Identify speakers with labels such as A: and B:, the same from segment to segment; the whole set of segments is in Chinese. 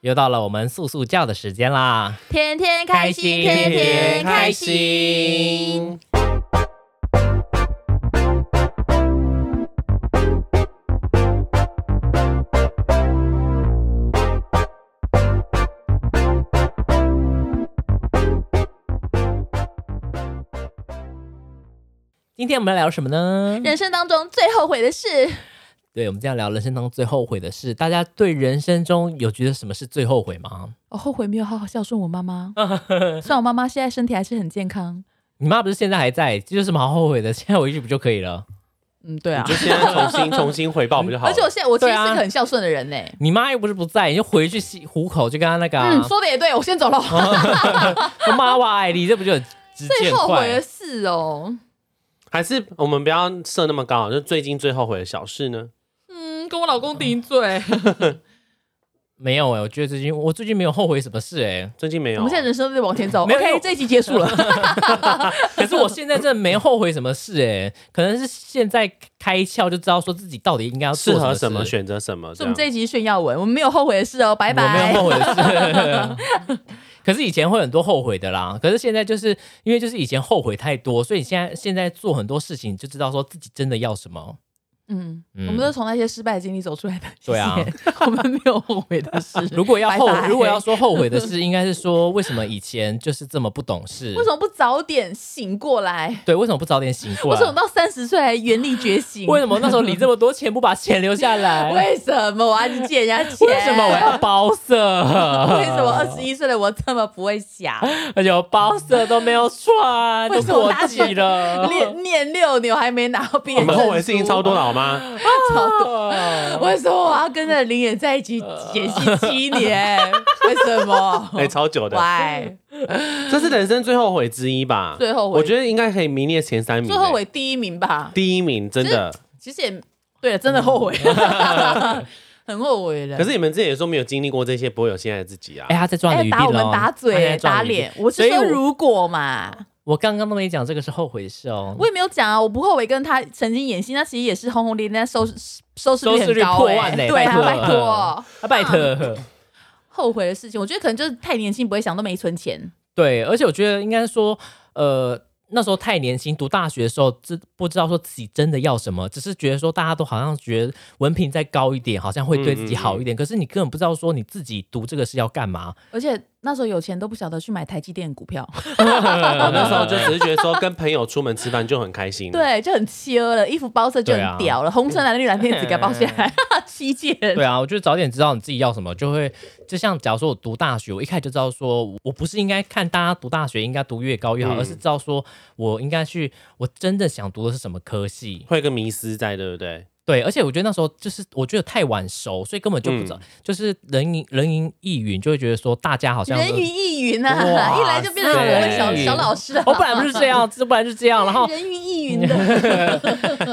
A: 又到了我们速速叫的时间啦！
B: 天天开心，天天开心。。
A: 今天我们来聊什么呢？
B: 人生当中最后悔的事，
A: 对，我们今天聊人生当中最后悔的事。大家对人生中有觉得什么是最后悔吗？
B: 我哦后悔没有好好孝顺我 妈妈。虽然我妈妈现在身体还是很健康，
A: 你妈不是现在还在，这有什么好后悔的？现在回去不就可以了？
B: 嗯，对
C: 你
B: 啊
C: 就。现在重新重新回报不就好
B: 嗯
C: 了？
B: 而且我现在我其实
A: 对
B: 是
A: 啊
B: 个很孝顺的人呢、
A: 你妈又不是不在，你就回去西虎口就跟她那个、啊
B: 嗯，说的也对，我先走了。
A: 说妈哇爱你，这不就很直
B: 最
A: 见
B: 后悔
A: 快
B: 的？事哦，
C: 还是我们不要设那么高，就最近最后悔的小事呢？
B: 嗯，跟我老公顶嘴。
A: 没有哎、我觉得最近我最近没有后悔什么事哎、
C: 最近没有，啊
B: 我们现在人生都在往前走。
A: 没有
B: OK，这一集 结束了。
A: 啊可是我现在真的没后悔什么事哎、可能是现在开窍就知道说自己到底应该要
C: 适
A: 做
C: 合
A: 什
C: 什么
A: 事
C: 选择什么啊
B: 是
C: 这
B: 我
C: 样
B: 们。这一集炫耀文，我们没有后悔的事哦，拜
A: 我没
B: 拜。
A: 有后悔的事。 可是以前会很多后悔的啦，可是现在就是因为就是以前后悔太多，所以你现在现在做很多事情你就知道说自己真的要什么。
B: 嗯，
A: 嗯
B: 我们都是从那些失败的经历走出来的。
A: 对啊
B: 谢 谢，我们没有后悔的事。
A: 如果要
B: 拜
A: 后，
B: 拜
A: 如果要说后悔的事，应该是说为什么以前就是这么不懂事？
B: 为什么不早点醒过来？
A: 对，为什么不早点醒过
B: 为什么
A: 来？
B: 到三十岁还原力觉醒？
A: 为什么那时候理这么多钱不把钱留下来？
B: 为什么我要去借人家钱？
A: 为什么我要啊包色？
B: 为什么二 十一岁的我这么不会想？
A: 而且我包色都没有穿，都
B: 为什么
A: 过
B: 大学
A: 季了。
B: 念念六年我还没拿到毕业
C: 我
B: 证
C: 们
B: 书，
C: 后悔的事情超多的好吗？
B: 超多。 为什么我要跟着林野在一起演戏七 年？为什么
C: 哎，超久的，
A: 啊
B: ？Why？
C: 这是人生最后悔之一吧？
B: 最后悔
C: 我觉得应该可以名列前三
A: 嗯
C: 名。
B: 最后悔第一名吧。
C: 第一名，真的。
B: 其实也对了，真的后悔，
A: 嗯
B: 很后悔了。
C: 可是你们自己也说没有经历过这些，不会有现在的自己啊
A: 哎、。他在撞你
B: 哎
A: 语病
B: 打我们
A: 咯
B: 打
A: 他
B: 嘴
A: 在哎撞
B: 打
A: 你语病
B: 脸，我
A: 所
B: 是
A: 以
B: 说
A: 我
B: 如果嘛，
A: 我刚刚都没讲这个是后悔事哦
B: 我。也没有讲啊，我不后悔跟他曾经演戏，那其实也是轰轰烈烈，那收收视率
A: 收视
B: 很
A: 率
B: 高
A: 破
B: 哎、
A: 万嘞
B: 对啊，
A: 拜
B: 拜
A: 托
B: 托。
A: 啊，拜 特。
B: 后悔的事情，我觉得可能就是太年轻，不会想，都没存钱。
A: 对，而且我觉得应该说，呃，那时候太年轻，读大学的时候，知不知道说自己真的要什么，只是觉得说大家都好像觉得文凭再高一点，好像会对自己好一点，可是你根本不知道说你自己读这个是要干嘛。
B: 而且那时候有钱都不晓得去买台积电股票，
A: 哎
C: 我那时候就只是觉得说，跟朋友出门吃饭就很开心。，
B: 对，就很切了，衣服包色就
A: 对啊嗯
B: 很屌了，红橙蓝绿蓝天紫给它包下来，哈哈 七件。
A: 对啊，我觉得早点知道你自己要什么，就会就像假如说我读大学，我一开始就知道说我不是应该看大家读大学应该读越高越好，
C: 嗯
A: 而是知道说我应该去我真的想读的是什么科系。
C: 会有一个迷失在，对不对？
A: 对，而且我觉得那时候就是我觉得太晚熟，所以根本就不知
B: 嗯
A: 道，就是人云人云亦云，就会觉得说大家好像
B: 人
A: 都
B: 云亦云呐、
A: 哇
B: 一来就变成我们小
A: 塞
B: 小老师了。
A: 哦我本来不是这样，这本来是这样，然后
B: 人云亦 云的，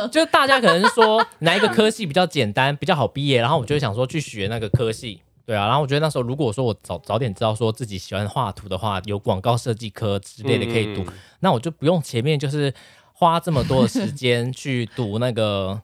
A: 就是大家可能是说哪一个科系比较简单，比较好毕业，然后我就会想说去学那个科系。对啊，然后我觉得那时候如果说我早早点知道说自己喜欢画图的话，有广告设计科之类的可以读，
C: 嗯嗯嗯
A: 那我就不用前面就是花这么多的时间去读那 个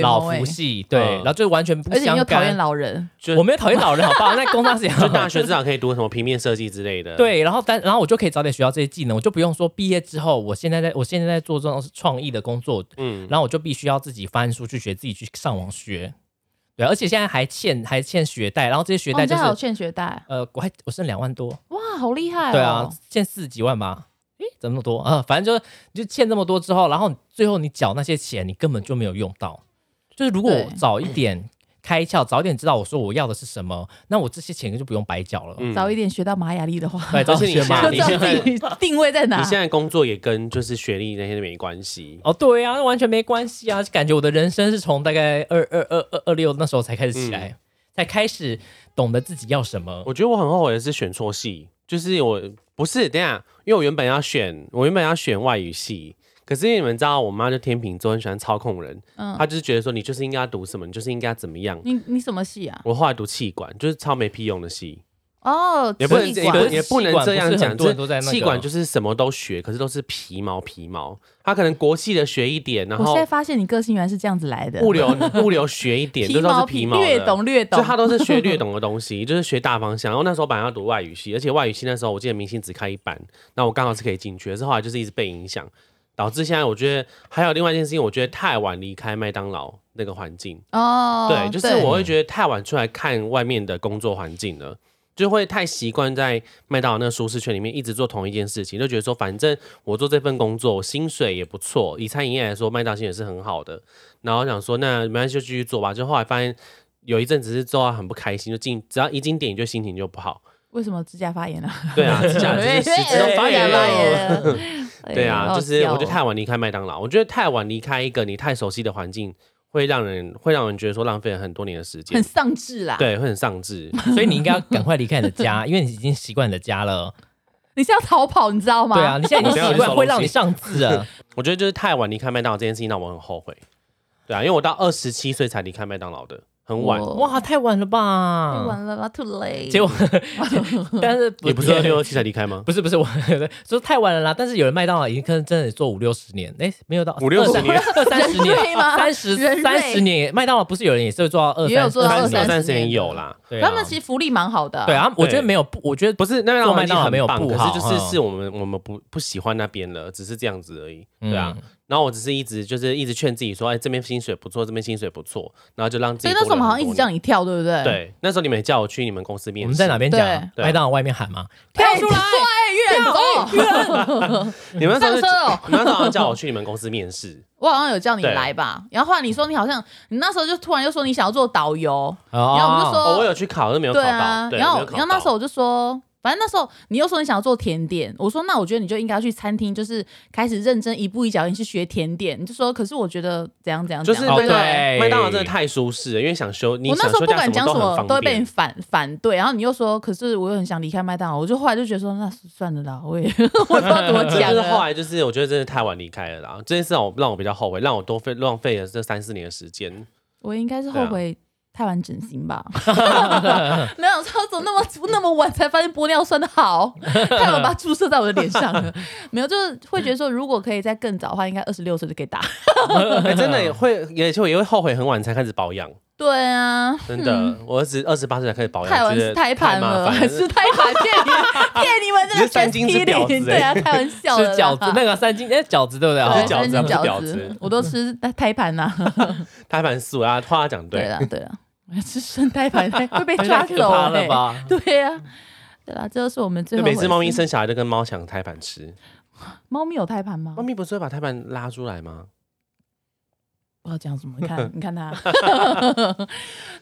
A: 老福系，对，
C: 嗯
A: 然后就完全不
B: 欸而且你
A: 相
B: 又讨厌
A: 干。
B: 老人，哦
C: 就
A: 我没有讨厌老人，好 不好？那工商是
C: 就大学至少可以读什么平面设计之类的。，
A: 对，然后但然后我就可以早点学到这些技能，我就不用说毕业之后，我现在在我现在在做这种创意的工作，
C: 嗯，
A: 然后我就必须要自己翻书去学，自己去上网学。对，而且现在还欠还欠学贷，然后这些学
B: 我们
A: 贷
B: 家
A: 就
B: 还
A: 是、
B: 有劝学贷，
A: 呃，我还我剩两万多，
B: 哇，好厉害、哦！
A: 对啊，欠四十几万吧。诶，怎么那么多啊、反正就你就欠这么多之后，然后最后你缴那些钱，你根本就没有用到。就是如果我
B: 对
A: 早一点开窍，早一点知道我说我要的是什么，那我这些钱就不用白缴了。
C: 嗯
B: 早一点学到玛雅历的话，
A: 对，
C: 这是
A: 早
C: 你
A: 点学嘛
C: 下
B: 就
C: 啊
A: 你
B: 知
C: 你
B: 道
C: 现
B: 自
C: 在
B: 己 定位在哪
C: 你。现在工作也跟就是学历那些没关系。
A: 哦，对啊，那完全没关系啊，感觉我的人生是从大概二二二二二六那时候才开始起来，
C: 嗯
A: 才开始懂得自己要什么。
C: 我觉得我很后悔的是选错系，就是我不是等一下，因为我原本要选，我原本要选外语系，可是因为你们知道，我妈就天秤座，很喜欢操控人，
B: 嗯
C: 她就是觉得说你就是应该要读什么，你就是应该怎么样。
B: 你你什么系啊？
C: 我后来读气管，就是超没屁用的系，
B: 哦，
C: 也不能
B: 气
C: 也不
B: 管
C: 也不能这样
A: 气管
C: 讲，
A: 不是很多人都在那个哦
C: 就是气管就是什么都学，可是都是皮毛皮毛。他可能国系的学一点，然
B: 我现
C: 后
B: 在发现你个性原来是这样子来的，
C: 物流物流学 一点，这都是皮毛的
B: 略懂略懂
C: 就。他都是学略懂的东西， 就是学大方向。然后那时候本来要读外语系，而且外语系那时候我记得明星只开一班，那我刚好是可以进去，可是后来就是一直被影响，导致现在我觉得还有另外一件事情，我觉得太晚离开麦当劳那个环境，
B: 哦，
C: 对，就是我会觉得太晚出来看外面的工作环境了。就会太习惯在麦当劳那个舒适圈里面一直做同一件事情，就觉得说反正我做这份工作，我薪水也不错，以餐饮业来说，麦当劳薪水是很好的。然后想说那没关系就继续做吧，就后来发现有一阵子是做到很不开心，就进只要一进店你就心情就不好。
B: 为什么指甲发炎了？
C: 对 啊，指甲就是十指都发炎
A: 哎哎哎
C: 了。
B: 了。
C: 对啊，就是我觉得
B: 太
C: 太晚离开麦当劳，我觉得太晚离开一个你太熟悉的环境，会让人会让人觉得说浪费了很多年的时间
B: 很。丧志啦。，
C: 对，会很丧志。
A: 所以你应该要赶快离开你的家，因为你已经习惯你的家了。
B: 你是要逃跑，你知道吗？
A: 对啊，，你现在已经习惯会让你上字 了。
C: 我觉得就是太晚离开麦当劳这件事情让我很后悔。对啊，因为我到二十七岁才离开麦当劳的，很晚。
B: 我
A: 哇，太晚了吧？
B: 哦
C: 嗯
B: 太晚了吧，too late。
A: 结果，但是
C: 你不是二六二七才离开吗？
A: 不是不是，我说太晚了啦。但是有人麦当劳已经可能真的做五六十年，哎、没有到
C: 五六十
A: 二
C: 年
A: 二三十
B: 人类
A: 年
B: 吗
A: 三十
B: 人类
A: 三十年，麦当劳不是有人也是会做到二
B: 也
A: 三
B: 有做到 二
A: 十年
B: 三
C: 三
B: 十
C: 十
B: 年
C: 年有啦。
A: 对啊，
B: 他们其实福利蛮好的。
A: 对，啊，我觉得
C: 对
A: 没有不，我觉得
C: 不是那
A: 做
C: 让
A: 麦当劳没有不
C: 可
A: 好
C: 是就是
A: 嗯
C: 是我们我们不不喜欢那边了，只是这样子而已，
A: 嗯
C: 对啊。然后我只是一直就是一直劝自己说，哎，这边薪水不错，这边薪水不错，然后就让自己。
B: 哎所以那时候我们好像一直叫
C: 你。
B: 你跳，对不对？，
C: 对，那时候你们也叫我去你们公司面试，
A: 我们在哪边讲啊？
C: 对
A: 麦当劳外面喊吗？
B: 跳出
C: 哎
B: 来，对，越走。
C: 你们那时候
B: 上
C: 就
B: 车哦
C: 你们那时候好像叫我去你们公司 面试，
B: 我好像有叫你
C: 对
B: 来吧，然后后来你说你好像，你那时候就突然就说你想要做导游，
A: 哦
B: 然后我们就说
C: 哦，我有去考，但没有考
B: 对
C: 到
B: 啊，，
C: 对
B: 然
C: 没
B: 后
C: 有考
B: 然后那
C: 到
B: 时候我就说，反正那时候你又说你想要做甜点，我说那我觉得你就应该要去餐厅，就是开始认真一步一脚印去学甜点。你就说，可是我觉得怎样怎样，
C: 就是
B: 怎样
A: 哦
C: 麦当劳
A: 对
C: 麦当劳真的太舒适了，因为想休，你
B: 我那
C: 想
B: 时候
C: 休
B: 不
C: 假
B: 管讲什
C: 都
B: 么
C: 很
B: 都
C: 方
B: 会被你
C: 便。
B: 反反对，然后你又说，可是我又很想离开麦当劳，我就后来就觉得说，那算了啦，我也 我也不知道怎么
C: 这
B: 讲啊
C: 就是后
B: 了。
C: 来就是我觉得真的太晚离开了啦，这件事让我让我比较后悔，让我多费浪费了这三四年的 时间。
B: 我应该是
C: 对
B: 后
C: 啊
B: 悔太晚整形吧， 没有说怎么那么那么晚才发现玻尿酸的好，太晚把它注射在我的脸上了。 没有，就是会觉得说，如果可以再更早的话，应该二十六岁就可以打。
C: 哎真的也会，也就也会后悔很晚才开始保养。
B: 对啊，
C: 真的，我只二十八岁才开始保养，
B: 太晚
C: 觉
B: 是
C: 得
B: 胎
C: 太
B: 盘
C: 麻
B: 了，
C: 烦了。
B: 是胎盘骗你们骗你们这
C: 你
B: 个
C: 是三金之婊子欸
B: P 对啊，开玩笑
A: 吃
B: 的啦。
A: 饺子那个三斤，哎，饺子对不对？
B: 对
A: 哦
C: 是饺子
B: 三金
C: 啊不是
B: 饺
C: 婊子
B: 我都吃胎盘呐。
C: 胎盘素啊，话讲
B: 对
C: 对，
B: 啦，对啦，我要吃生胎盘 胎会被抓
A: 太可
B: 走
A: 怕
B: 哎、
A: 了吧？
B: 对呀、啊，对啦，这就是我们最
C: 就
B: 后
C: 每次
B: 悔
C: 猫咪
B: 事
C: 生小孩都跟猫抢胎盘吃，
B: 猫咪有胎盘吗
C: 猫？咪不是会把胎盘拉出来吗？
B: 我要讲什么？你 看，你看它。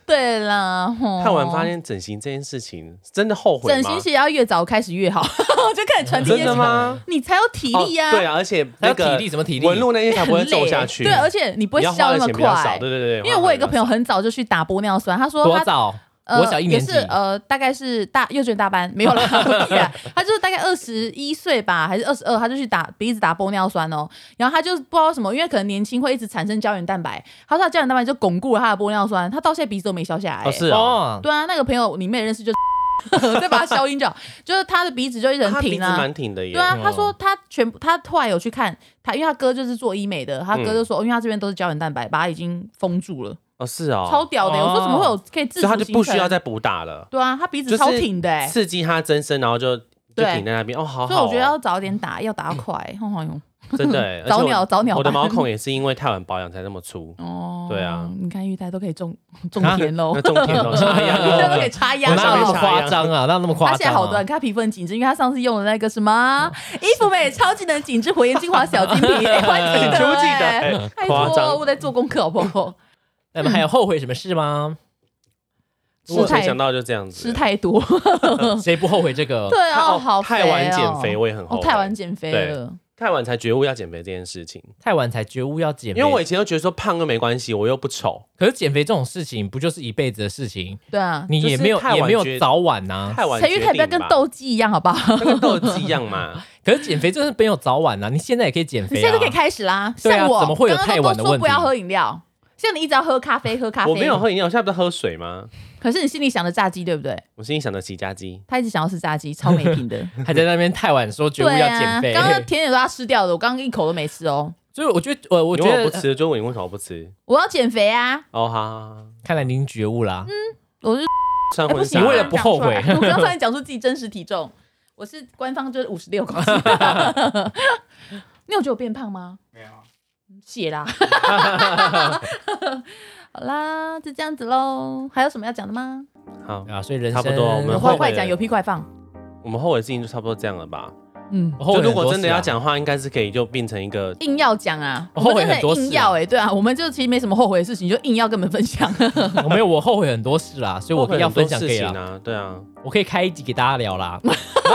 B: 对啦，吼
C: 太晚发现整形这件事情，真的后悔
B: 哦整
C: 吗
B: 形？其实要越早开始越好， 就开始传递
C: 真
B: 越
C: 的
B: 早，
C: 吗？
B: 你才有体力呀、
C: 哦对啊，而且
A: 还
C: 那
A: 有
C: 个
A: 体力什么体力？
C: 纹路那些才不会
B: 很累
C: 皱下去，
B: 对，而且你不会
C: 你要花
B: 笑
C: 的
B: 那
C: 钱
B: 么
C: 比较少，
B: 快
C: 对。对对，
B: 因为我有一个
C: 花的钱比较
B: 朋友很早就去打玻尿酸，他说
A: 多
B: 他
A: 早？
B: 呃
A: 我小一年级
B: 也是呃，大概是大幼稚园大班没 有啦，屁啦他就是大概二十一岁吧，还是二十二，他就去打鼻子打玻尿酸哦，然后他就不知道为什么，因为可能年轻会一直产生胶原蛋白，他说他胶原蛋白就巩固了他的玻尿酸，他到现在鼻子都没消下来、
C: 少哦是哦，
A: 哦，
B: 对啊，那个朋友你们也认识就 再把它消音就好，就是他的鼻子就一直
C: 他
B: 很
C: 鼻子
B: 挺啊，
C: 蛮挺的哦耶
B: 对。啊，
A: 嗯
B: 他说他全部，他后来有去看他，因为他哥就是做医美的，他
C: 嗯
B: 哥就说，哦因为他这边都是胶原蛋白，把他已经封住了，
C: 哦是哦，
B: 超屌的、
A: 哦
B: 我说怎么会有可以自
C: 所
B: 主
C: 以他就不需要
B: 形成
C: 再补打了，
B: 对啊，他鼻
C: 就
B: 子
C: 是
B: 超挺的、欸，
C: 刺激他增生，然后就就
B: 对
C: 挺在那边哦，好
B: 所以我
C: 好
B: 觉得要
C: 哦，
B: 早点打，要打快，哼哼呦，
C: 真的 耶
B: 早
C: 而且我
B: 鸟早鸟
C: 我的
B: 吧
C: 毛孔也是因为太晚保养才那么粗，
B: 哦，
C: 对啊，
B: 你看玉台都可以 种种
A: 啊
B: 田喽
C: 那，种甜东西，哎
B: 玉台都可
C: 呀
B: 以插秧
A: 我哪有那么
B: 了。哦
A: 夸张啊？哪有那么夸张
B: 他
A: 啊？
B: 现在好多，你看他皮肤很紧致，因为他上次用的那个什
C: 嗯
B: 么伊芙美超技能紧致活颜精华小金 瓶，哎我还记
C: 全部
B: 得
C: 记得
B: 哎，
C: 哎，
B: 拜
C: 夸
B: 托，我
C: 张。
B: 在做功课好不 好？
A: 那么还有后悔什么事吗？
C: 我
B: 吃太
C: 没想到就这样
B: 吃
C: 子，
B: 太多，
A: 谁不后悔这个？
B: 嗯对
C: 哦太
B: 啊，哦好
C: 太
B: 肥
C: 晚减
B: 哦
C: 肥，我也很
B: 哦，
C: 后悔，
B: 太晚减肥了，
C: 太晚才觉悟要减肥这件事情，
A: 太晚才觉悟要减肥，
C: 因为我以前都觉得说胖又没关系，我又不丑，
A: 可是减肥这种事情不就是一辈子的事情？
B: 对啊。
A: 你
C: 就是
A: 也没有
C: 太晚
A: 也没有
C: 决
A: 早晚啊呐、
C: 太晚
B: 嗯陈玉凯
C: 决定
B: 不要跟
C: 吧
B: 斗鸡一样，好不好？
C: 那跟斗鸡一样嘛。
A: 可是减肥真的没有早晚呐、你现在也可以减
B: 你
A: 肥
B: 现在
A: 啊
B: 就可。以开始啦。
A: 对啊
B: 像我
A: 怎么会有
B: 刚刚
A: 太晚的
B: 都说
A: 问题
B: 不要喝饮料，像你一直要喝咖啡，喝咖啡，
C: 我没有喝饮料，我现在不是喝水吗？
B: 可是你心里想的炸鸡对不对？
C: 我心里想的起家鸡，
B: 他一直想要吃炸鸡，超没品的。
A: 还在那边太晚说 觉悟
B: 对
A: 要
B: 啊
A: 减，肥，
B: 刚刚甜点都要吃掉的，我刚刚一口都没吃哦。
A: 所以我觉得，呃，我
C: 我
A: 觉
C: 为我不
A: 得，
C: 吃，就问你为什么不吃？
B: 我要减肥啊！
C: 哦，好好，好
A: 呃看来您觉悟啦。
B: 我 是
C: 穿
B: 哎不
C: 婚
B: 行，
C: 纱，
A: 你为了不后悔
B: 我刚刚突然讲出自己真实体重，我是官方就是五十六 公斤。你有觉得我变胖吗？
D: 没有，啊
B: 谢 啦。好啦，就这样子喽。还有什么要讲的吗？
C: 好，
A: 啊，所以人
C: 差
A: 生
C: 不多我们
B: 有
A: 我
B: 话
C: 后悔
B: 快
C: 的
B: 讲，有屁快放。
C: 我们后悔的事情就差不多这样了吧？
B: 嗯，
A: 后悔
C: 就
A: 很多
C: 如果真的
A: 事啊
C: 要，讲的话，应该是可以就变成 一个
B: 硬要讲啊，
A: 我后悔
B: 我们真的
A: 很多事啊
B: 硬要哎、对啊，我们就其实没什么后悔的事情，就硬要跟你们 分享。
A: 我没有，我后悔很多事啦，所以
C: 后
A: 我
C: 悔
A: 要
C: 很多
A: 分享
C: 事
A: 可以
C: 情
A: 啦，
C: 啊，对啊，
A: 我可以开一集给大家聊 啦，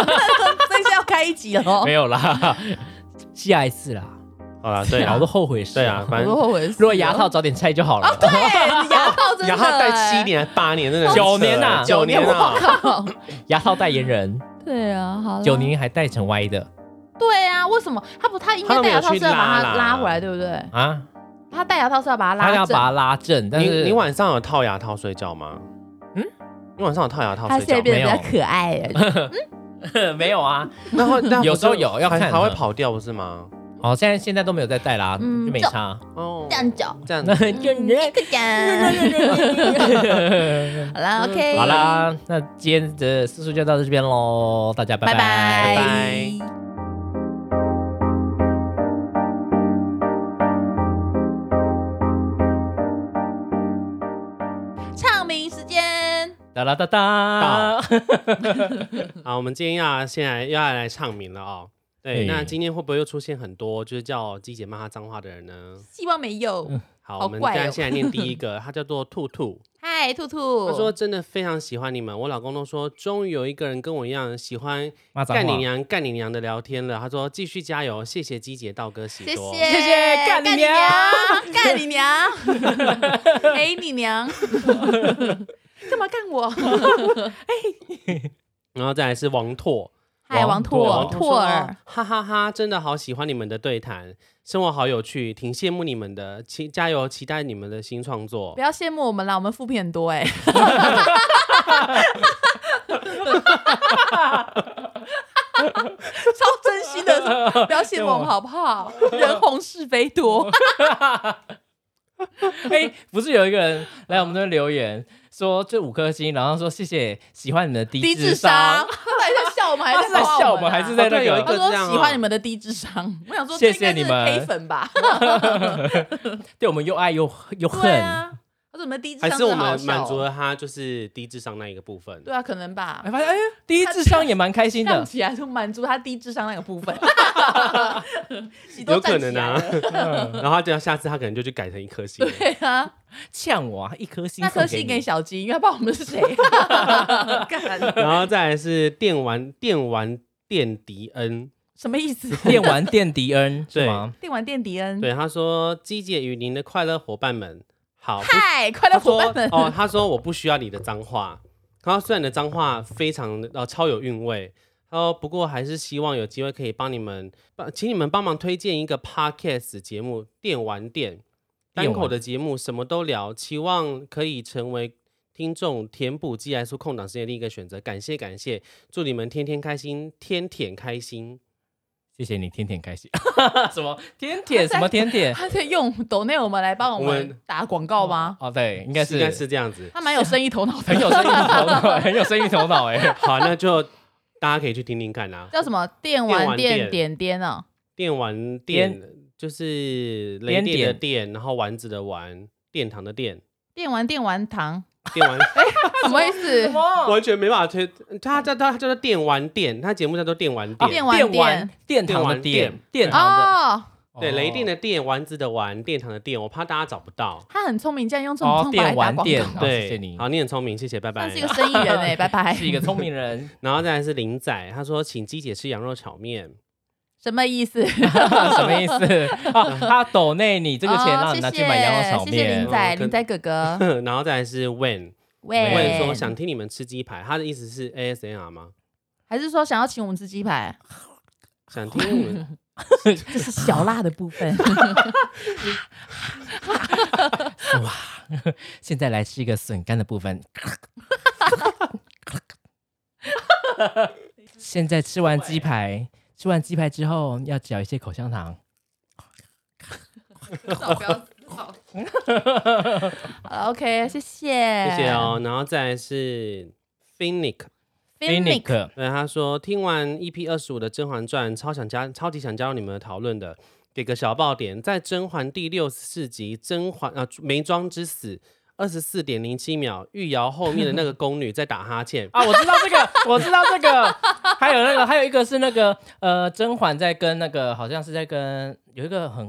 B: 这是要开一集哦
A: 没，有啦， 下一次啦，
C: 好啦，对
A: 好
C: 啊
A: 多，后悔事，
C: 对啊，，
B: 我
C: 反
B: 都
C: 正
B: 后悔的事。哦
A: 如果牙套，早点拆就好 了。
B: 对，你牙套真的、欸，
C: 然后戴七，年还八年，真的很
A: 九
C: 扯
A: 年啊
C: 九年啊
B: 我，靠，
A: 牙套代言人
B: 对啊，好啦
A: 九，年还戴成歪的
B: 对啊，为什么他不他应该戴牙套是要把它拉回来，对不对？
A: 啊，
B: 他戴牙套是要把它
A: 他
B: 拉
A: 要
B: 正
A: 把。它拉正，但
C: 你
A: 是
C: 你晚上有套牙套睡觉吗？嗯
A: 嗯，
C: 你晚上有套牙套
B: 他
C: 睡
B: 现在
C: 觉吗？
B: 变得比较可爱了，
A: 没有啊？
C: 那会那
A: 有时候有要
C: 还
A: 看啊
C: 还会
A: 呢
C: 跑掉不是吗？
A: 哦，现在现在都没有在戴啦，就
B: 嗯
A: 没
B: 这
A: 差。
C: 哦，
B: 这样讲，
C: 这样
A: 那
C: 子
A: 就
B: 嗯 这个
A: 嗯
B: 讲， 好啦，OK，
A: 好，啦，那今天的四叔就到这边喽，大家拜
B: 拜
A: 拜
C: 拜
B: 拜。唱名时间，
A: 哒啦哒哒。
C: 好，我们今天要现在要来唱名了哦。对，
A: 嗯
C: 那今天会不会又出现很多就是叫鸡姐骂他脏话的人呢？
B: 希望没有。
A: 嗯
C: 好，
B: 好
C: 我们
B: 怪
C: 现在
B: 哦
C: 现在念第 一个，他叫做兔兔，
B: 嗨，兔兔，
C: 他说真的非常喜欢你们，我老公都说终于有一个人跟我一样喜欢
A: 骂脏话
C: 干你娘干你娘的聊天了，他说继续加油，谢谢鸡姐道哥喜
B: 谢
C: 多，
B: 谢
A: 谢谢干
B: 干
A: 你
B: 你
A: 娘
B: 娘，干你娘， 哎你娘，干嘛干我？
C: 然后再来是王拓，
B: 嗨，王
A: 王
B: 拓，
A: 拓
B: 拓儿，，
C: 哈哈哈！真的好喜欢你们的对谈，生活好有趣，挺羡慕你们的，期加油，期待你们的新创作
B: 不。要羡慕我们啦，我们副片很多哎。超真心的，不要羡慕我们好不好？人红是非多，
A: 哎，不是有一个人来我们这边留言说这五颗星，然后说谢谢喜欢你们的低
B: 低智
A: 商
B: 商，，他到底在笑我们，还
A: 他
B: 是
A: 是在
B: 夸
A: 笑我
B: 们
A: 们
B: 啊，
A: 还是在
C: 哦
A: 那
C: 对有一
A: 个
B: 他
C: 个这
B: 说
C: 样哦
B: 喜欢你们的低智商，我想说
A: 谢谢
B: 这应该
A: 你们
B: 是黑粉吧？
A: 对我们又爱又又
B: 对
A: 恨？
B: 啊，他说你们低智
C: 还
B: 商
C: 是我
B: 真的好
C: 们
B: 笑
C: 满足
B: 哦，
C: 了他就是低智商那一个部分。
B: 对啊，可能吧
A: 哎，。发现哎，低智商也蛮开心
B: 站
A: 的。
B: 起来就满足他低智商那个部分， 喜多
C: 有
B: 站
C: 可
B: 起
C: 能
B: 来
C: 啊
B: 了，
C: 然后他就下次他可能就去改成一颗 星。
B: 对啊，
A: 呛我啊，一颗星
B: 那
A: 送
B: 颗星给
A: 你，
B: 小鸡，因为他不知道我们是谁。啊干
C: 然后再来是电玩电玩电迪恩，
B: 什么意思？
A: 电玩电迪恩是
C: 对
A: 吗？
B: 电玩店迪恩，
A: 啊
C: 对他说：“鸡姐与您的快乐伙伴们，好，不
B: 嗨，快乐
C: 他
B: 伙
C: 说
B: 伴们，
C: 哦，他说我不需要你的脏话。然后虽然你的脏话非常的呃超有韵味，他说不过还是希望有机会可以帮你们帮，请你们帮忙推荐一个 podcast 节目《电玩店》单口的节目，什么都聊，期望可以成为。听众填补寄来出空档时间的另一个选择，感谢感谢，祝你们天天开心，天天开 心。
A: 谢谢你，天天开心。 什么天天什么天天？
B: 他在用抖内我们来帮我
C: 我
B: 们
C: 们
B: 打广告吗？
A: 哦，对，应该是
C: 应该是这样子。
B: 他蛮有生意头脑
A: 很
B: 的，
A: 有生意头脑，很有生意头 脑哎。
C: 好，那就大家可以去听听看啦。
B: 叫什么电
C: 电
B: 玩
C: 玩
B: 店
C: 店
B: 点点啊？
C: 电玩店就是雷
A: 颠
C: 电的
A: 点
C: 电，然后丸子的丸，殿堂的殿，
B: 电玩电玩堂
C: 电玩
A: 哎
B: 什么意思？
C: 完全没办法推，他叫他叫做电玩店，他节目叫做电玩
A: 啊
C: 店，
B: 玩
A: 电玩
B: 店
A: 殿堂的殿殿堂
B: 哦，
A: 的
C: 对雷电
A: 的
C: 的电，丸子的丸，殿堂的殿，我怕大家找不到。
B: 他很聪明，竟然用这种
A: 哦
B: 方法来
A: 电
B: 打
A: 玩
B: 广
A: 店，
B: 告，
A: 好
C: 对，
A: 谢谢你，
C: 好，你很聪明，谢谢，拜
B: 他
C: 拜
B: 是一。个生意人 哎，拜拜。
A: 哦是一个聪明人。
C: 然后再来是林仔，他说请鸡姐吃羊肉炒面，
B: 什么意思？
A: 什么意 思？啊，他抖内你这个钱，
B: 哦
A: 让你拿去买羊肉炒
B: 谢谢谢谢林
A: 面。
B: 仔，
C: 嗯跟
B: 林仔哥哥，
C: 然后再来是 When
A: 哎
C: When
B: 喂，
C: 说想听你们吃鸡排，他的意思是 ASMR 吗？
B: 还是说想要请我们吃鸡排？
C: 想听你们
B: 这是小辣的部分。
A: 现在来吃一个笋干的部分。现在吃完鸡排，吃完鸡排之后要嚼一些口香糖。，
B: 不要好了，OK，谢谢，
C: 谢谢哦。然后再来是 Phoenix，
B: Phoenix。
C: 对他说听完 EP 二十五的《甄嬛传》，超想加，超级想加入你们的讨论的。给个小爆点，在甄嬛第六十四集《甄嬛》啊眉庄之死。二十四点零七秒，玉瑶后面的那个宫女在打哈欠
A: 啊，我知道这个， 我知道这个，还有那个，还有一个是那个呃，甄嬛在跟那个好像是在跟有一个很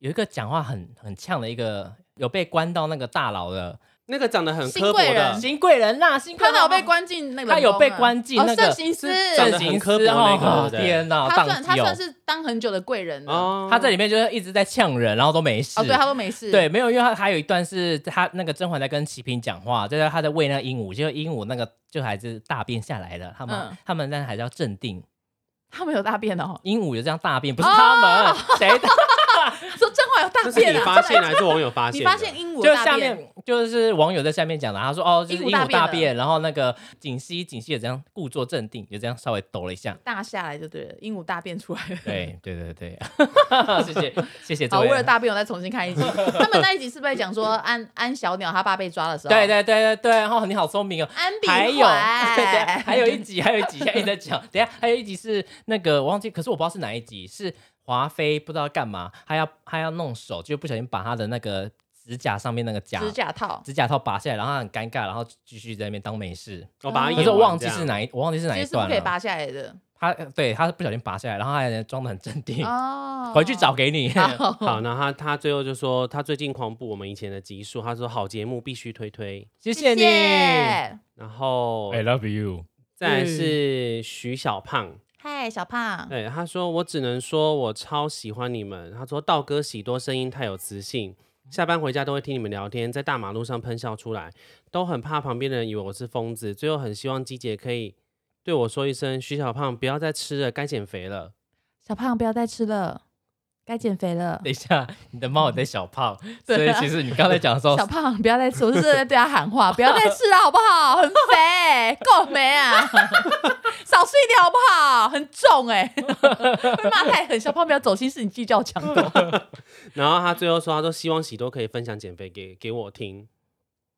A: 有一个讲话很很呛的一个有被关到那个大牢的
C: 那个长得很
B: 新
C: 刻薄
B: 贵
C: 的
B: 人，
A: 新贵人呐、新贵
B: 他
A: 人
B: 没有被关进那个
A: 他
B: 冷宫啊，
A: 有被关进那个
B: 哦慎刑司，
C: 长
A: 正
C: 得
A: 刑司
C: 很刻薄那个
A: 哦
C: 对不对
A: 天哪，
B: 他算
A: 宕
B: 他
A: 机
B: 算
A: 哦！
B: 是当很久的贵人了。哦，
C: 哦
A: 他在里面就是一直在呛人，然后都没事。
B: 对，他都没事。
A: 对，没有，因为他还有一段是他那个甄嬛在跟齐嫔讲话，在他在喂那个鹦鹉，结果鹦鹉那个就还是大便下来了，他们、
B: 嗯
A: 他们但还是要镇定。
B: 他们有大便哦，
A: 鹦鹉有这样大便，不是他们，谁的？
B: 说真话有大
C: 这是
B: 便
C: 你
B: 啊，
C: 发现还是网友发现
B: 你
C: 的？
B: 发现鹦鹉
A: 就
B: 有
A: 是
B: 大
A: 下
B: 便，
A: 面就是网友在下面讲的，他说哦，就是
B: 鹦鹉
A: 鹦
B: 大
A: 鹉
B: 便
A: 大
B: 了
A: 便，然后那个锦溪锦溪也这样故作镇定，也这样稍微抖了一下。
B: 大下来就对了，鹦鹉大便出来了。
A: 对对对对， 谢谢谢谢这
B: 好，为了
A: 位。
B: 大便，我再重新看 一集。他们那一集是不是在讲说安安小鸟他爸被抓的时候？
A: 对，对对对对，然后你好聪明哦。
B: 安比
A: 还有， 对对
B: 怀，
A: 还有 一集，还有一集，现在一直在讲。等一下还有一集是那个我忘记，可是我不知道是哪一集，是华妃不知道干嘛，她要她要弄手，就不小心把她的那个指甲上面那个甲
B: 指甲套，
A: 指甲套拔下来，然后她很尴尬，然后继续在那边当没事。
C: 我
B: 哦
C: 把它
A: 可
C: 演
A: 是我
C: 完
A: 忘
C: 这
A: 记
C: 样
A: 是哪一，我忘记是哪
B: 其
A: 一
B: 实是不
A: 段哦
B: 可以
A: 了。
B: 拔下来的
A: 他呃对他不小心拔下来，然后他还装的很镇定，
B: 哦。
A: 嗯回去找给你。嗯
C: 好，然后他他最后就说他最近狂补我们以前的集数，他说好节目必须推推。
A: 谢
B: 谢
A: 你。
B: 谢。
C: 然后
A: love you。
C: 再来
A: 嗯
C: 是徐小胖，
B: 嗨，小胖，
C: 对他说我只能说我超喜欢你们。他说道哥喜多声音太有磁性，下班回家都会听你们聊天，在大马路上喷笑出来，都很怕旁边的人以为我是疯子。最后很希望鸡姐可以对我说一声，徐小胖不要再吃了，该减肥了。
B: 小胖不要再吃了，该减肥了。
A: 等一下，你的猫有在小胖，所
B: 对
A: 以
B: 啊
A: 其实你刚才讲的时候
B: 小，胖，不要再吃！我是在对他喊话，不要再吃了，好不好？很肥，够没啊？少吃一点好不好？很重哎、会骂太狠。小胖不要走心，是你计较强多。
C: 然后他最后说，他说希望喜多可以分享减肥给给我听。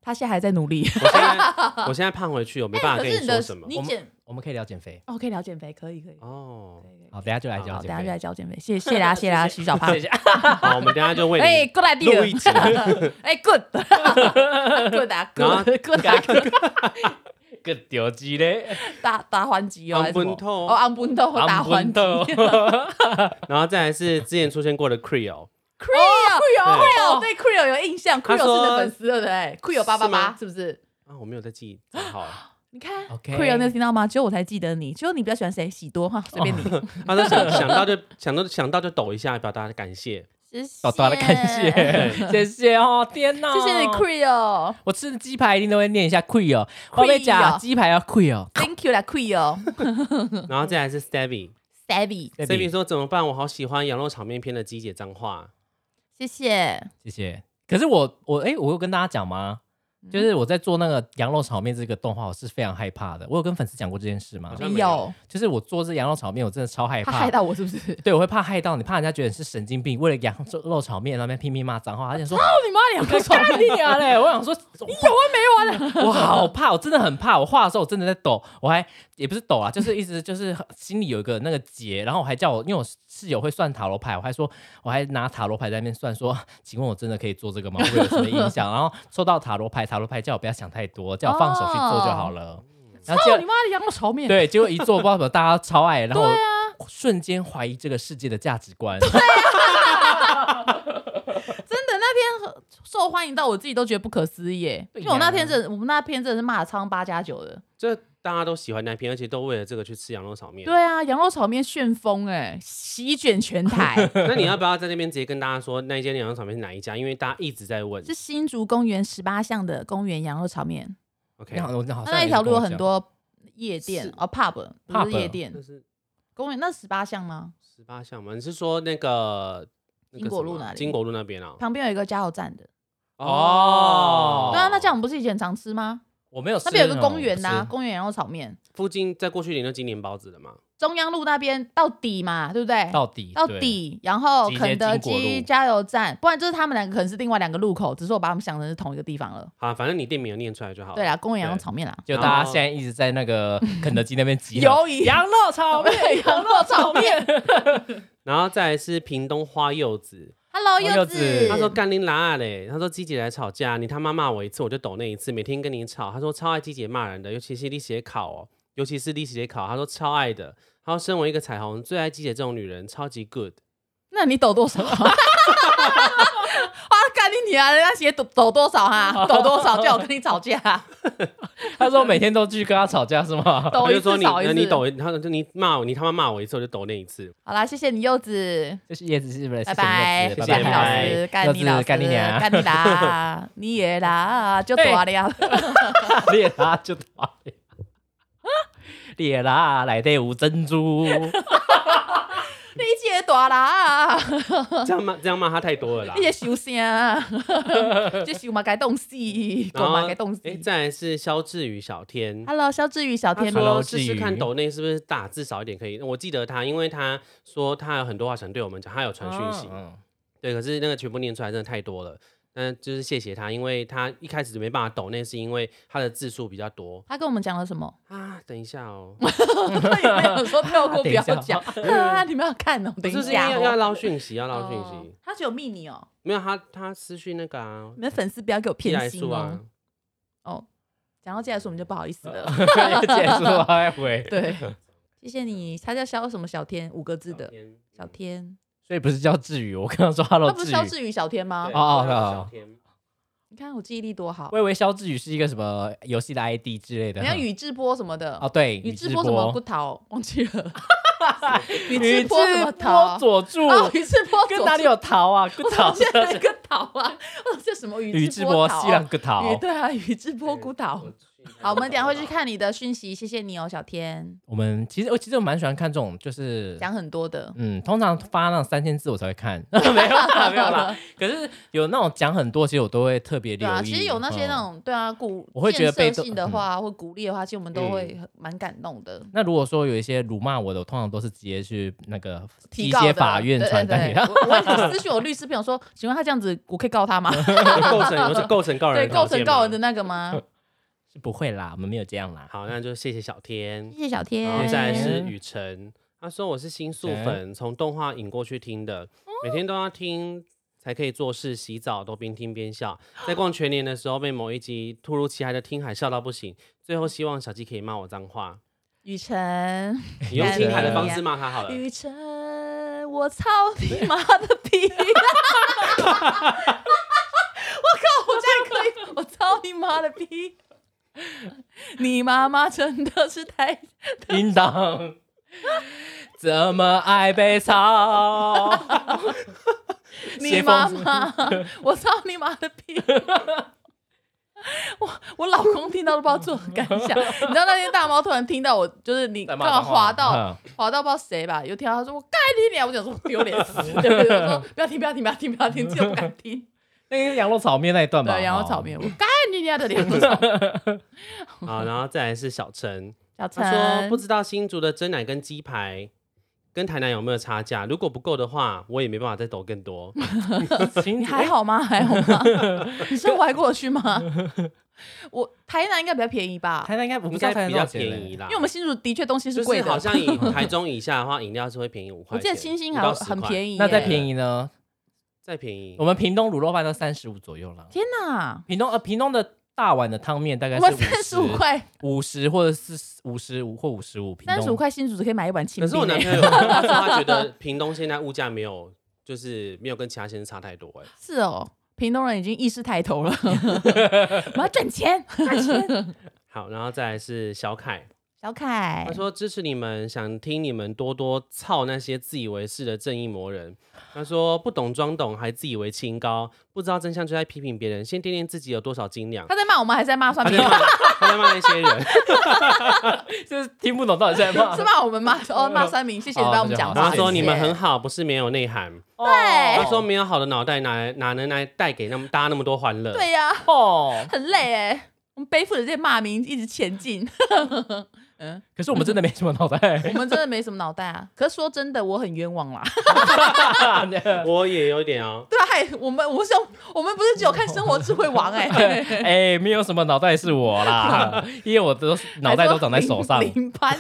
B: 他现在还在努力。
C: 我现在我现在胖回去，我没办法
B: 哎可
C: 跟
B: 是你
C: 说
B: 的
C: 什么。
B: 你
A: 我们
B: 减
A: 我们可以聊减肥。
B: 哦，可以聊减肥，可以可以。
C: 哦，
A: 好，等一下就来
B: 好，
A: 聊
B: 等一下
A: 减
B: 就来
A: 肥。
B: 教减肥，谢谢啦，谢谢啦，徐小胖
A: 谢。谢。
C: 好，我们等一下就为
B: 哎
C: 你
B: ，good
C: 录一
B: idea，
C: 集。
B: 哎，good，good 啊
C: 然后
B: ，good，good 啊，
A: 个屌鸡嘞，
B: 打打环击哦，还是什么
C: 昂本透
B: 哦，昂本透打环击，
A: 的。
C: 然后再来是之前出现过的 Creo，
B: Creo，Creo，对 Creo 有印象
C: 他
B: ，Creo
C: 说
B: 是你的粉丝对不对？Creo 八八
C: 是吗
B: 八是不是？
C: 啊，我没有在记账号。啊
B: 你看
A: OK
B: ，Creo 你有听到吗？只有我才记得你，只有你比较喜欢谁？喜多哈，随便你。
C: 他说想想到就想到想到就抖一下，表达感谢。
B: 谢谢，
A: 好大的感 谢，谢谢哦，天哪！
B: 谢谢你哦 Creo，Thank
A: 我吃鸡排一定都会念一下 “quit” 哦，我被
B: Creo
A: 讲鸡排要 “quit” 哦。
B: you 啦，Creo，Savvy，哦嗯
C: 然后再来是 Stevie，Stevie 说怎么办？我好喜欢羊肉炒面篇的鸡姐脏话。
B: 谢谢。
A: 谢谢。可是我我哎、我有跟大家讲吗？
B: 嗯
A: 就是我在做那个羊肉炒面这个动画，我是非常害怕的。我有跟粉丝讲过这件事吗
C: 好？像
B: 没
C: 没
B: 有
C: 有，
A: 就是我做这羊肉炒面，我真的超害
B: 他
A: 怕。
B: 害到我是不是？
A: 对，我会怕害到你，怕人家觉得你是神经病，为了羊肉炒面那边拼命骂脏话，而且 说
B: 哦，你妈两个手，
A: 干你娘嘞！我想说，你有完没完 啊？我好怕，我真的很怕。我画的时候我真的在抖，我还也不是抖啊，就是一直就是心里有一个那个结，然后我还叫我，因为我室友会算塔罗牌，我还说我还拿塔罗牌在那边算说， 请问我真的可以做这个吗？会不会有什么影响？然后抽到塔罗牌，塔罗牌叫我不要想太多，叫我放手去做就好了。然后结
B: 哦，
A: 果
B: 你妈的羊肉炒面，
A: 对，结果一做不知道怎么大家超爱，然后
B: 啊
A: 我瞬间怀疑这个世界的价值观。
B: 真的那天很受欢迎到我自己都觉得不可思议耶，
A: 对
B: 因
A: 呀
B: 为我那天真的，我们那篇真的是骂苍八加九的。
C: 这大家都喜欢那篇，而且都为了这个去吃羊肉炒面。
B: 对啊，羊肉炒面旋风哎，席卷全台。
C: 那你要不要在那边直接跟大家说那一间羊肉炒面是哪一家？因为大家一直 在问。
B: 是新竹公园十八巷的公园羊肉炒面，
C: OK，
A: 你好，我好像
B: 那那一条路有很
A: 多。
B: 多夜店
C: 是
B: 哦，pub 不是
A: pub
B: 夜店
C: 就，是
B: 公园那十八巷吗？
C: 十八项吗？你是说那个那个
B: 金果
C: 什
B: 路
C: 么
B: 那里
C: 金果路那边啊？
B: 旁边有一个加油站的。
C: 哦，
B: 对啊，那这样我们不是以前常吃吗？
A: 我没有吃
B: 那
A: 种，
B: 边有个公园呐、
A: 不是
B: 公园羊肉炒面，
C: 附近再过去点就金莲包子了嘛。
B: 中央路那边到底嘛，对不对？
A: 到底
B: 到
A: 对
B: 底，然后
A: 直接
B: 肯德
A: 经过
B: 基
A: 路
B: 加油站，不然就是他们两个可能是另外两个路口，只是我把他们想成是同一个地方了。
C: 好，反正你店名有念出来就好。
B: 对啦，，啊公园羊肉
C: 对
B: 炒面啦，
A: 就大家现在一直在那 个肯德基那边集合，
B: 哦鱿鱼
A: 羊肉炒面，
B: 羊肉炒面。
C: 然后再来是屏东花柚子，
B: Hello，
A: 柚
B: 柚
A: 子
B: 子，
C: 他说干林拉嘞，他说鸡姐来吵架，你他妈骂我一次我就抖那一次，每天跟你吵。他说超爱鸡姐骂人的，尤其是历史也考哦，尤其是历史也考，他说超爱的。他说身为一个彩虹，最爱鸡姐这种女人，超级 good。
B: 那你抖多少？ 啊，干你你啊！人家写抖抖多少哈、抖多少叫我跟你吵架、
A: 他说每天都去跟他吵架是 吗？
B: 抖
C: 我
B: 一
C: 就说
B: 次
C: 你呃
B: 少一次。
C: 你抖一，他说你骂我，你他妈骂我一次我就抖那一 次。
B: 好啦，谢谢你柚子，
A: 这是叶子是不是？
B: 拜拜，
A: 谢
C: 谢
A: 谢
C: 谢
A: 柚
B: 干
A: 子
B: 你
A: 拜拜
B: 老师，干你老
A: 柚
B: 师，
A: 子干你娘，
B: 干你啦，你也啦，就躲了。
A: 列拉就打 脸，列拉来的无珍珠，
B: 你姐大啦，
C: 这样骂这样骂他太多 了啦
B: 你。姐修声，啊这修嘛该冻死，
C: 然
B: 狗
C: 后
B: 嘛该冻死。
C: 哦诶再来是肖志宇小天。
B: Hello，肖志宇，小
C: 他
B: 天
A: 吗
C: 说
A: Hello，
C: 试
A: 志
C: 试看
A: 宇
C: 抖内是不是打字少一点可以？我记得他，因为他说他有很多话想对我们讲，他有传讯息，
A: 嗯
C: 对，可是那个全部念出来真的太多了。那就是谢谢他，因为他一开始就没办法抖内，是因为他的字数比较多
B: 他跟我们讲了什 么？
C: 啊。等一下哦，
B: 他有没有说跳过不要
A: 等一下
B: 讲？啊，你们要看哦，等
C: 就
B: 一
C: 是因
B: 下
C: 为要要
B: 哦。
C: 捞讯息，要捞讯
B: 哦
C: 息。
B: 他只有密你哦，
C: 没有他，他私讯那个啊
B: 你，们粉丝不要给我
C: 寄
B: 偏
C: 来
B: 心
C: 数啊
B: 哦。，哦，讲到这来说我们就不好意思了。
A: 结束了还回，
B: 对，谢谢你。他叫肖什么小天，五个字的
C: 天嗯
B: 小天，
A: 所以不是叫志宇，我刚刚说 hello
B: 他不
A: 志
B: 是肖
A: 宇，
B: 志宇小天吗
C: 对？
A: 哦哦
C: 还有
A: 哦
C: 小天
B: 你看我记忆力多好
A: 我，以为肖志宇是一个什么游戏的 ID 之类的
B: 你，看宇智波什么的
A: 哦，对，
B: 宇智
A: 智
B: 波什么不逃忘记 了，宇
A: 宇
B: 智
A: 智
B: 波什么
A: 波
B: 逃？
A: 佐 助，
B: 啊，宇智波
A: 跟哪里有桃啊？
B: 我
A: 跟
B: 怎
A: 桃
B: 么记得一个逃啊？ 我这什么
A: 宇
B: 宇
A: 智
B: 波
A: 波
B: 逃？
A: 西朗 跟桃
B: 宇，对啊，宇智波孤岛。好，我们等一下会去。看你的讯息，谢谢你哦，小天，
A: 我们其实我其实我蛮喜欢看这种，就是
B: 讲很多的。
A: 嗯，通常发那种三千字我才会看， 没有啦，没有 啦。可是有那种讲很多，其实我都会特别
B: 对
A: 留意。
B: 啊，其实有那些
A: 嗯
B: 那种对啊鼓
A: 我会觉得被动
B: 建设性的
A: 嗯
B: 话或鼓励的话，其实我们都会很蛮感动的。
A: 那如果说有一些辱骂我的，我通常都是直接去那个
B: 提
A: 一
B: 告的啊
A: 些法院传单给
B: 对
A: 他。
B: 对对我我我私讯我律师朋友说，请问他这样子，我可以 告他吗？
C: 构成有是构成告人
B: 对，
C: 的
B: 构
C: 条
B: 成
C: 件
B: 告
C: 吗
B: 人的那个吗？
A: 是不会啦，我们没有这样啦。
C: 好，那就谢谢小天
B: 谢。谢小天
C: 然后，再来是
A: 嗯
C: 雨辰，他说我是新素粉，从动画引过去听的，每天都要听。才可以做事、洗澡都边听边笑。在逛全年的时候，被某一集突如其来的听海笑到不行。最后希望小鸡可以骂我脏话，
B: 雨辰，
C: 你用听海的方
B: 感
C: 式
B: 谢
C: 骂他
A: 哎
C: 好了。
B: 雨辰，我操你妈的逼！ 我靠，我这样可以，我操你妈的逼！你妈妈真的是太……
A: 应当 怎么爱被操？
B: 你
A: 邪
B: 妈
A: 风
B: 妈， 我操你妈的逼！ 我我老公听到都不知道作何感想，你知道那天大猫突然听到我，就是你
A: 在
B: 刚
A: 骂
B: 好
A: 脏话
B: 滑到
A: 嗯
B: 滑到不知道谁吧，有听到他说我干你娘，我想说丢脸死，对不对？我说不要听，不要听，不要听，不要听，自己都不敢听。
A: 那个羊肉炒面那一段吧，
B: 对，然后炒
A: 哦。
B: 面，我干你娘的脸不 爽。
C: 好，然后再来是小陈，
B: 小
C: 他说
B: 陈
C: 不，知道新竹的蒸奶跟鸡排跟台南有没有差价，如果不够的话，我也没办法再抖更多。
A: 新
B: 你还
A: 哎
B: 好吗？还好 吗？你生活还过得去吗？我台南应该比较便宜吧，
A: 台南应该我不
C: 应
A: 知道
C: 该
A: 台南
C: 比
A: 多
C: 较
A: 少钱嘞
C: 便宜啦，
B: 因为我们新竹的确东西
C: 就是
B: 贵
C: 是
B: 的，
C: 好像 以台中以下的话，饮料是会便宜五
B: 我
C: 块
B: 记
C: 钱。
B: 得清新
C: 五到
B: 好
C: 10
B: 很
C: 块
B: 便宜哦耶，
A: 那再便宜呢？
C: 再便宜
A: 我。们屏东卤肉饭都三十五左右了。
B: 天哪，
A: 屏东呃，屏东的大碗的汤面大概是
B: 我们三十五块，
A: 五十或者是五十五或五十五。屏
B: 三
A: 东
B: 十五块新竹只可以买一碗清
C: 可是
B: 冰
C: 我男
B: 耶。
C: 朋友 他说他 觉得屏东现在物价没有，就是没有跟其他县市差太多哎、
B: 是哦，屏东人已经意识抬 头了，我要赚钱。
C: 好，然后再来是小凯，
B: 小凯
C: 他，说支持你们，想听你们多多操那些自以为是的正义魔人。他说不懂装懂，还自以为清高，不知道真相就在批评别人，先掂掂自己有多少斤两。
B: 他在骂我们，还是在骂算
C: 他
B: 命
C: 在？骂，他在骂那些 人。
A: 就是听不懂到底在骂
B: 是。骂我们吗？哦，骂三明，谢谢你帮我们讲
A: 好
C: 然
B: 话。
C: 后哦说
B: 谢谢
C: 你们很好，不是没有内涵。
A: 哦对
B: 哦
C: 他说没有好的脑袋，哪哪能来带给那么大家那么多欢乐？
B: 对呀、
A: 哦，
B: 很累哎，我们背负着这些骂名一直前进。
A: 可是我们真的没什么脑袋。
B: 我们真的没什么脑袋啊。可是说真的，我很冤枉啦。
C: 我也有点哦。
B: 对啊，还我们我是用我们不是只有看《生活智慧王》 哎，
A: 哎、没有什么脑袋是我 啦，因为我的脑袋都长在手上
B: 还，说领领 班，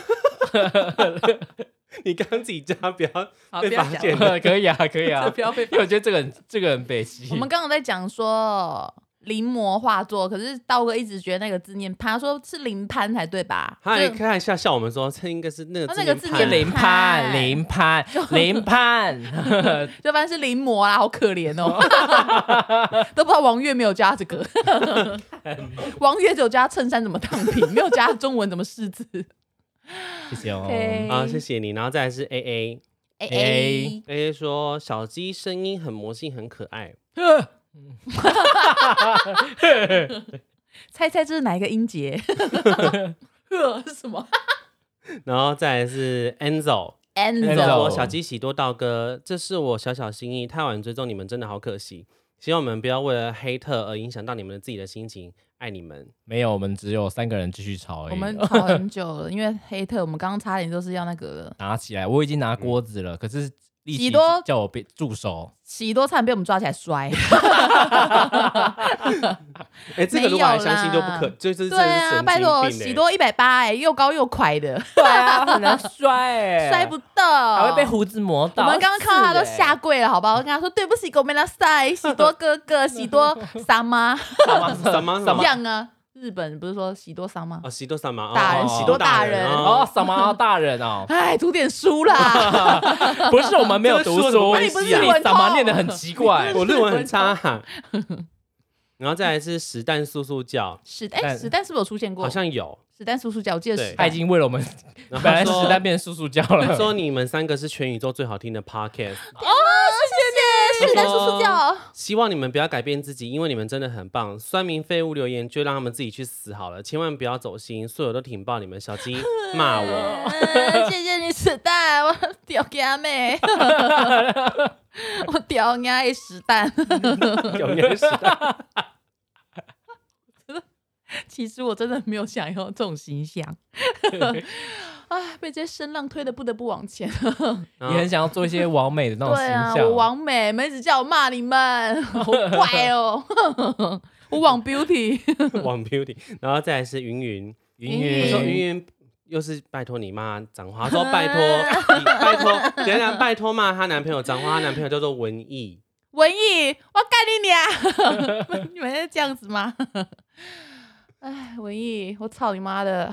C: 你刚自己家不要
B: 好，
C: 被
B: 不要
C: 发
B: 讲
C: 现，
A: 可以啊，可以啊
B: 了，不，要被
A: 因为我觉得这个很这个很北西。
B: 我们刚刚在讲说临摹画作，可是道哥一直觉得那个字念潘，他说是临潘才对吧？
C: 他还
B: 就
C: 看一下笑我们说，这应该是那个
B: 他
C: 字
B: 哦那个字
C: 念潘
A: 是
B: 念
A: 零判，零判，零 判，
B: 就发现是临摹啦，好可怜哦，都不知道王月没有加这个，王月只有加衬衫怎么烫平，没有加中文怎么识字。
A: 谢谢哦。
B: OK
C: 啊，谢谢你。然后再来是 A A
B: 哎
A: 哎
C: A A 说小鸡声音很魔性，很可爱。
B: 猜猜这是哪一个音 节？呵是什么
C: 然后再来是 Enzo。
B: ？Enzo，
A: Enzo
C: 我小鸡喜多道哥，这是我小小心意，太晚追踪你们真的好可惜。希望我们不要为了黑特而影响到你们的自己的心情，爱你们。
A: 没有，我们只有三个人继续吵而已。
B: 我们吵很久了，因为黑特，我们刚刚差点就是要那个了。
A: 拿起来，我已经拿锅子了，可是立
B: 喜
A: 即
B: 多
A: 叫我别住 手。
B: 喜多差点被我们抓起来摔，
C: 哎、这个如果还相信就不可， 就是
B: 对啊，拜
C: 欸
B: 托，喜多一百八哎，又高又快的，
A: 对啊， 很难 摔、欸
B: 摔不到，
A: 还会被胡子磨
B: 我
A: 到。欸
B: 们刚刚看到他都
C: 欸
B: 下
A: 死
B: 跪了，好不好？我跟他说对不起，我们拉 塞，喜多哥哥，喜多桑妈
C: 什么什
B: 一
C: 么
B: 样啊。日本不是说喜多桑吗？
C: 哦，喜多什么
B: 大人
A: 喜
C: 喜
A: 多
C: 多
B: 大
C: 人
B: 人？
A: 欸。
C: 哦
A: 哦，什么大人哦
B: 哎，读点书 啦，
A: 不是我们没有读
C: 这个
A: 书，啊
C: 说得？
B: 啊不
A: 是
B: 是
A: 你
B: 文
A: 怎么
B: 透
A: 念的很奇怪
C: 哦我日文很差、哈。然后再来是实弹速速叫，
B: 史哎
A: 但
B: 史丹是不是有出现过
C: 好？像有。
B: 史丹叔叔讲，我记得史
A: 他
B: 丹
A: 已经为了我们，
C: 然
A: 本
C: 后
A: 来
C: 说
A: 实 在变成叔叔教了。
C: 说你们三个是全宇宙最好听的 podcast，
B: 谢哎谢史丹叔叔叫，
C: 希望你们不要改变自己，因为你们真的很棒。酸民废物留言就让他们自己去死好了，千万不要走心。所有都挺爆你们，小鸡 骂我。
B: 嗯谢谢你史丹，我 屌他 妹，我屌丫的史丹。
C: 有点屎
B: 其实我真的没有想要这种形 象，哎，被这些声浪推的不得不往前。
A: 也很想要做一些完美的那种
B: 对
A: 形
B: 啊，
A: 象。
B: 我往美，妹子叫我骂 你们，好怪哦。我往 beauty，
C: 网 beauty，然后再来是云云，
A: 云啊
C: 我说
A: 云
C: 云云又是拜托你骂脏话，她说拜托，你拜托，等一下拜托骂她男朋友脏话，她男朋友叫做文艺。
B: 文艺，我干你娘！ 你们是这样子吗？哎，文艺，我操你妈的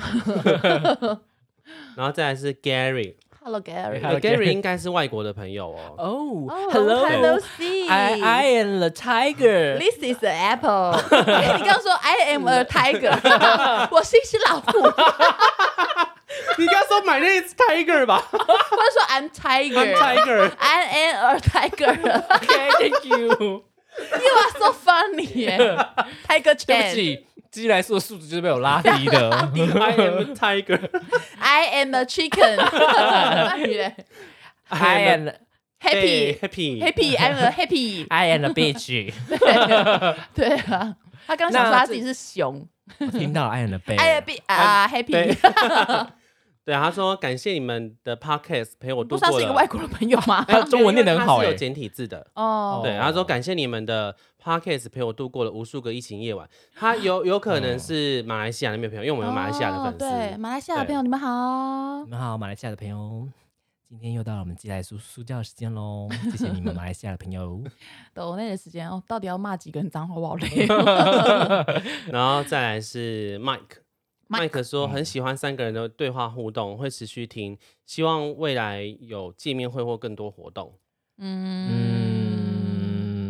C: 然后再来是 Gary，Gary
B: ！Hello Gary，
A: Hello, Gary
C: 应该是外国的朋友哦。
A: 哦
B: 哦
A: hello，I
B: C。
A: I am the tiger。
B: This is an apple 哎。你刚刚说 I am a tiger，我是一只老虎。
C: 你刚说买那是 Tiger 吧
B: 他说 I'm tiger。
C: ？Tiger，
B: I am a tiger.
A: OK，thank you。
B: You are so funny. 耶 tiger
A: 对不
B: Chan.
A: 起，基来素的素质就是被我拉 低的。
C: I am a tiger.
B: I am a chicken. 外语嘞
A: I
C: 哎
A: am
B: happy
C: happy
B: happy I'm a happy.
A: I am a bitch。
B: 对啊，他刚想说他自己是熊。
A: 我听到了 I am a
C: 哎
B: I am
A: bear。
B: a 啊 happy。
C: 对，他说感谢你们的 podcast 陪我
B: 不
C: 度
B: 是他
C: 过
B: 是一个
C: 了
B: 外。国的朋友 吗？
A: 他中文念得很好
C: 因为他是
A: 欸
C: 有简体字的。
B: 哦，
C: 对，他说感谢你们的 podcast 陪我度过了无数个疫情夜晚。他有有可能是马来西亚那边的朋友，因为我们有马来西亚的粉
B: 嗯
C: 丝。
B: 哦对，马来西亚的
C: 对
B: 朋友你们好
A: 你。们好，马来西亚的朋友，今天又到了我们基来素素教的时间喽。谢谢你们马来西亚的朋 友。
B: 抖那的时间哦，到底要骂几个人脏话？我好 累哦。
C: 然后再来是 Mike。
B: Mike 嗯
C: 麦克说很喜欢三个人的对话互动，会持续听，希望未来有见面会或更多活动。
B: 嗯，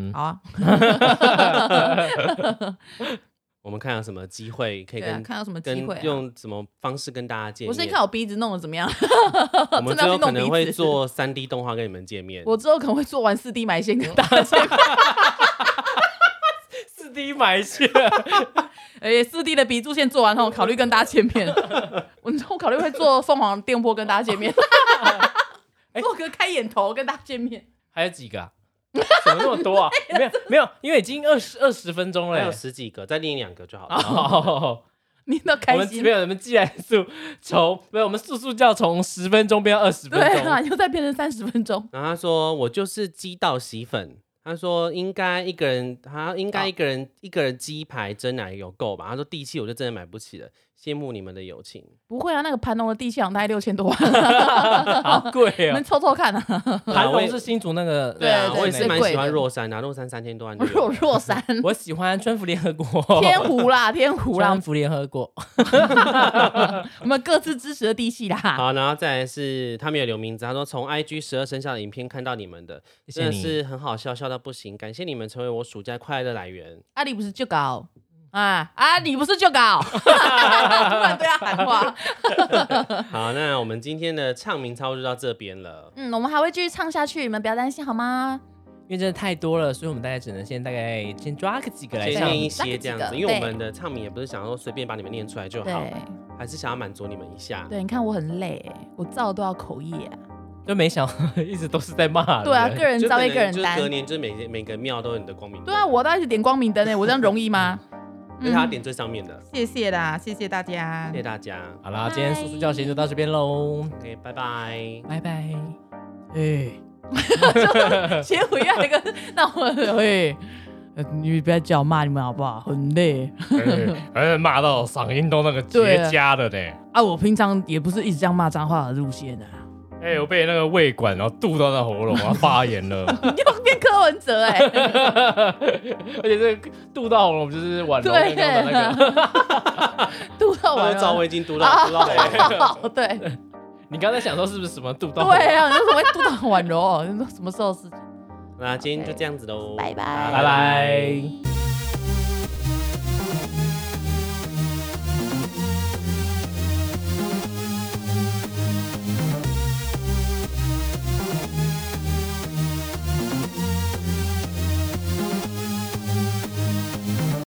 A: 嗯，
B: 好啊。
C: 我们看有什么机会可以
B: 对啊，
C: 跟
B: 看到什么机
C: 跟
B: 会、啊？
C: 用什么方式跟大家见
B: 我
C: 面。
B: 先看我鼻子弄得怎么样，
C: 我们
B: 真
C: 之
B: 的要
C: 后
B: 去弄鼻
C: 可能
B: 子。
C: 会做三 D 动画跟你们见面。
B: 我之后可能会做完四 D 埋线跟大家见面，
C: 四 D 埋线，
B: 而且四 D 的鼻柱线做完后，考虑跟大家见面。我我考虑会做凤凰电波跟大家见面，做个开眼头跟大家见面。
A: 还有几个、啊？怎么那么多 啊？没有没有，因为已经二十二十分钟了
C: 还
A: 耶
C: 有。十几个，再另两个就好了。
A: 哦，
B: 你都
A: 我
B: 开
A: 们
B: 心
A: 没？有，我们既然速从没有，我们速速叫从十分钟变到二十分
B: 对啊，
A: 钟。
B: 又再变成三十分钟。
C: 然后他说我就是鸡到洗粉。他说应该一个人，他应该一个人、一个人鸡排蒸奶油够吧？他说地契我就真的买不起了，羡慕你们的友情。
B: 不会啊，那个盘龙的地契好像大概六千多万，
A: 好贵
B: 你们
A: 哦！
B: 抽抽看啊。
A: 盘
C: 我
A: 龙
C: 也
A: 是新竹那个，
B: 对
C: 啊，
B: 对
C: 我也是
B: 最
C: 蛮
B: 贵
C: 喜欢
B: 的
C: 若山的、啊，若山三千多万就有
B: 若
C: 了。
B: 若山、
A: 我喜欢川服联合国，
B: 天湖啦，天湖啦
A: 川，服联合国，
B: 我们各自支持的地契啦。
C: 好，然后再来是他没有留名字，他说从 IG 十二生肖的影片看到你们的，
A: 谢谢
C: 真的
A: 你。
C: 是很好笑，笑到不行，感谢你们成为我暑假快乐 来源。
B: 阿里不是就搞
C: 嗯
B: 啊啊，你不是就 搞？突然对他喊话。
C: 好，那我们今天的唱名操就到这边了。
B: 嗯，我们还会继续唱下去，你们不要担心好吗？
A: 因为真的太多了，所以我们大概只能先大概先抓个几个来
C: 先
A: 上
C: 念。一
B: 上
C: 些这样
B: 那个
C: 子，
B: 几个
C: 因为我们的唱名也不是想说随便把你们念出来就好
B: 对，
C: 还是想要满足你们一下。
B: 对，你看我很累，我造都要口业、啊。
A: 就没想到一直都是在骂人。
B: 对啊，个人
C: 就
B: 造
C: 可
B: 业，
C: 能
B: 个人
C: 就是
B: 担
C: 隔。年就是每每个庙都有你的光明灯。
B: 对啊，我嗯都要去点光明 灯诶，我这样容易吗？
C: 嗯因为他点最上面的，
B: 谢谢啦，谢谢大家
C: 谢谢大家。
A: 好啦，今天叔叔教学就到这边喽，
C: OK，拜拜。
A: 拜拜。哎，
B: 结尾要一个，那我会，呃你们不要叫我骂你们好不好？很累
A: 哎，骂到嗓音都那个
B: 对啊
A: 痂的呢。
B: 啊！我平常也不是一直这样骂脏话的路线啊。
A: 哎、我被那个胃管然后堵到那喉咙，然后发炎了，
B: 你又变柯文哲哎、
A: 而且这个堵到喉咙就是宛如
B: 对
A: 刚刚的那 个。
B: 读到
C: 我
B: 完
C: 都找
B: 了。
C: 我已经读到读到尾 了。
B: 哦，对
A: 你刚才想说是不是什么堵到？
B: 对，啊，你说什么会督导婉柔？你说什么时候是？
C: 那今天就这样子喽，
B: 拜拜
A: 拜拜。
B: 情？